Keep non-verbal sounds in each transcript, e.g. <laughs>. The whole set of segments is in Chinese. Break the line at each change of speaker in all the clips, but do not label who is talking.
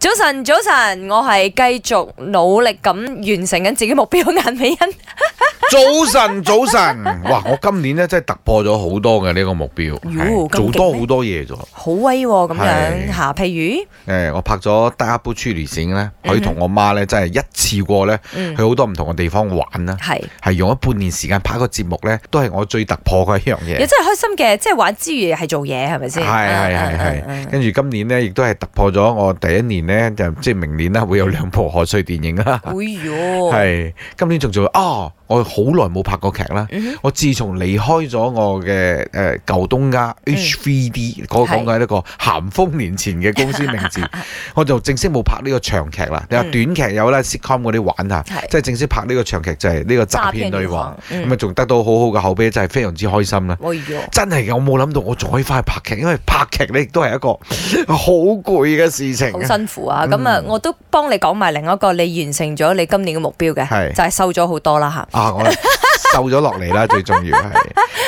晨，早晨，我係繼續努力咁完成緊自己目標，顏美欣。
早晨，早晨，哇！我今年咧真係突破咗好多嘅呢個目標，
喲咁勁
係做多
咩
好多嘢咗。
好威喎、咁樣
係
嚇，譬
诶，我拍咗《Double t r e 線咧，可以同我媽咧真係一次過咧
嗯
去好多唔同嘅地方玩啦
如，係，
係用咗半年時間拍個節目咧，都係我最突破嘅一樣
又
嘢。
真係開心嘅，即係玩之餘係做嘢，係咪先？
係係係
嗯嗯
係，
嗯
跟住今年咧亦都係突破咗我第一年咧，就即係明年啦會有兩部賀歲電影啦。
哎喲，
係今年仲做啊！我好耐冇拍過劇啦。
嗯哼
我自從離開咗我嘅誒舊東家
嗯
HVD 嗰個講緊一個咸豐年前嘅公司名
<laughs>
字，我就正式冇拍呢個長劇啦。你話
嗯
短劇有啦，sitcom 嗰啲玩下
係，
即係正式拍呢個長劇就係呢個詐騙女王，
嗯
咁啊仲得到好好嘅口碑，真係非常之開心啦。
哎喲，
真係嘅，我冇諗到我仲可以翻去拍劇，因為拍劇咧亦都係一個好攰嘅事情
好
啊。
辛苦啊！咁啊，我都幫你講埋另一個你完成咗你今年嘅目標嘅，
係
就係瘦咗好多啦嚇。
啊，我瘦咗落
<laughs>
嚟啦，最重要係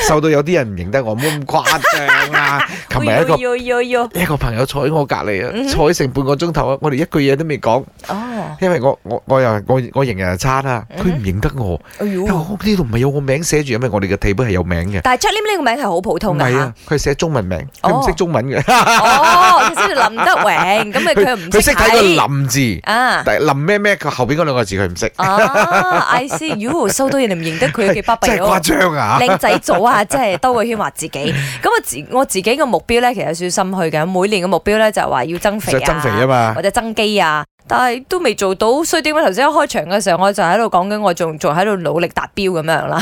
瘦到有啲人唔認得我，冇咁誇張
<laughs>
啦。琴日一個
要要要，
一個朋友坐喺我隔離啊
嗯，哼
坐咗成半個鐘頭啊，我哋一句嘢都未講，
哦，
因為我我我又我我形人又差啦，
嗯
佢唔認得我，
哎
因為
喲。
我呢度唔係有我名寫住，因為我哋嘅地本係有名嘅，
但係 Jack Lim 呢個名係好普
唔
通嘅
係
嚇
啊，，佢係寫中文名，
哦
佢唔識中文嘅，
哦，佢識林德榮，咁咪佢唔
佢識
識
睇個林字，
啊。
但係林咩咩，佢後邊嗰兩個字佢唔識，
啊！I see you，收到人哋唔認得佢幾巴
真
閉
係誇
咯，
張啊！
靚仔組啊，即係兜個圈話自己。咁我自我自己嘅目標咧，其實有少少心虛嘅。每年嘅目標咧就係話要增肥
想
啊，
增肥啊嘛
或，者增肌啊，但係都未做到。所以點解頭先一開場嘅時候，我就喺度講緊，我仲仲喺度努力達標咁樣啦。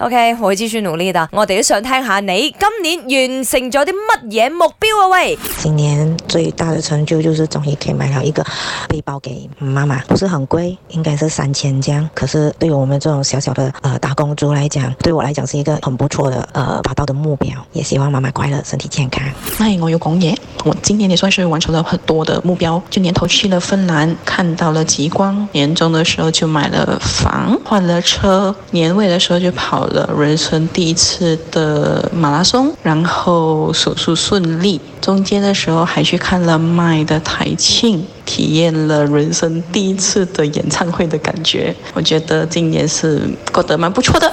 OK，我繼續努力的。我哋都想聽下你今年完成咗啲乜嘢目標啊？喂！
今年最大的成就就是终于可以买了一个背包给妈妈，不是很贵，应该是三千这样。可是对于我们这种小小的呃打工族来讲，对我来讲是一个很不错的呃达到的目标。也希望妈妈快乐，身体健康。
那我有讲嘢，我今年也算是完成了很多的目标。就年头去了芬兰，看到了极光；年终的时候就买了房，换了车；年尾的时候就跑了人生第一次的马拉松，然后手术顺利。中间的时候还去看了麦的台庆，体验了人生第一次的演唱会的感觉。我觉得今年是过得蛮不错的。